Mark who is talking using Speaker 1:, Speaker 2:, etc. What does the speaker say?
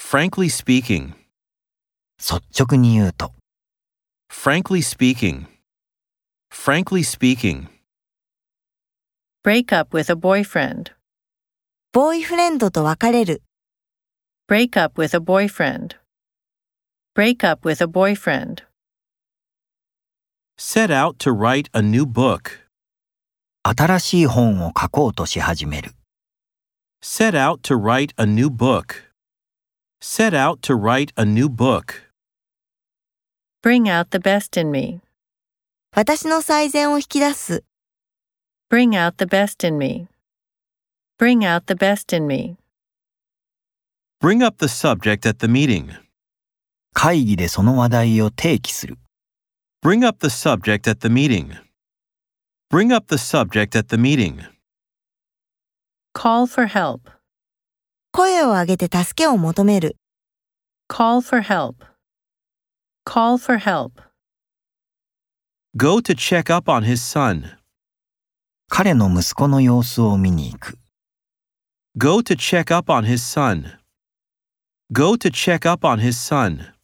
Speaker 1: Frankly speaking,
Speaker 2: 率直に言うと、
Speaker 1: frankly speaking, frankly speaking,
Speaker 3: Break up with a boyfriend.
Speaker 4: ボーイフレンドと別れる。
Speaker 3: Break up with a boyfriend. Break up with a boyfriend.
Speaker 1: set out to write a new book,
Speaker 2: 新しい本を書こうとし始める。
Speaker 1: set out to write a new book, set out to write a new book,
Speaker 3: Bring out the best in me.
Speaker 4: 私の最善を引き出す。
Speaker 3: Bring out the best in me. Bring out the best in me.
Speaker 1: bring up the subject at the meeting,
Speaker 2: 会議でその話題を提起する。
Speaker 1: bring up the subject at the meeting, bring up the subject at the meeting,
Speaker 3: Call for help.
Speaker 4: 声を上げて助けを求める。
Speaker 3: Call for help. Call for help.
Speaker 1: go to check up on his son,
Speaker 2: 彼の息子の様子を見に行く。
Speaker 1: go to check up on his son, go to check up on his son.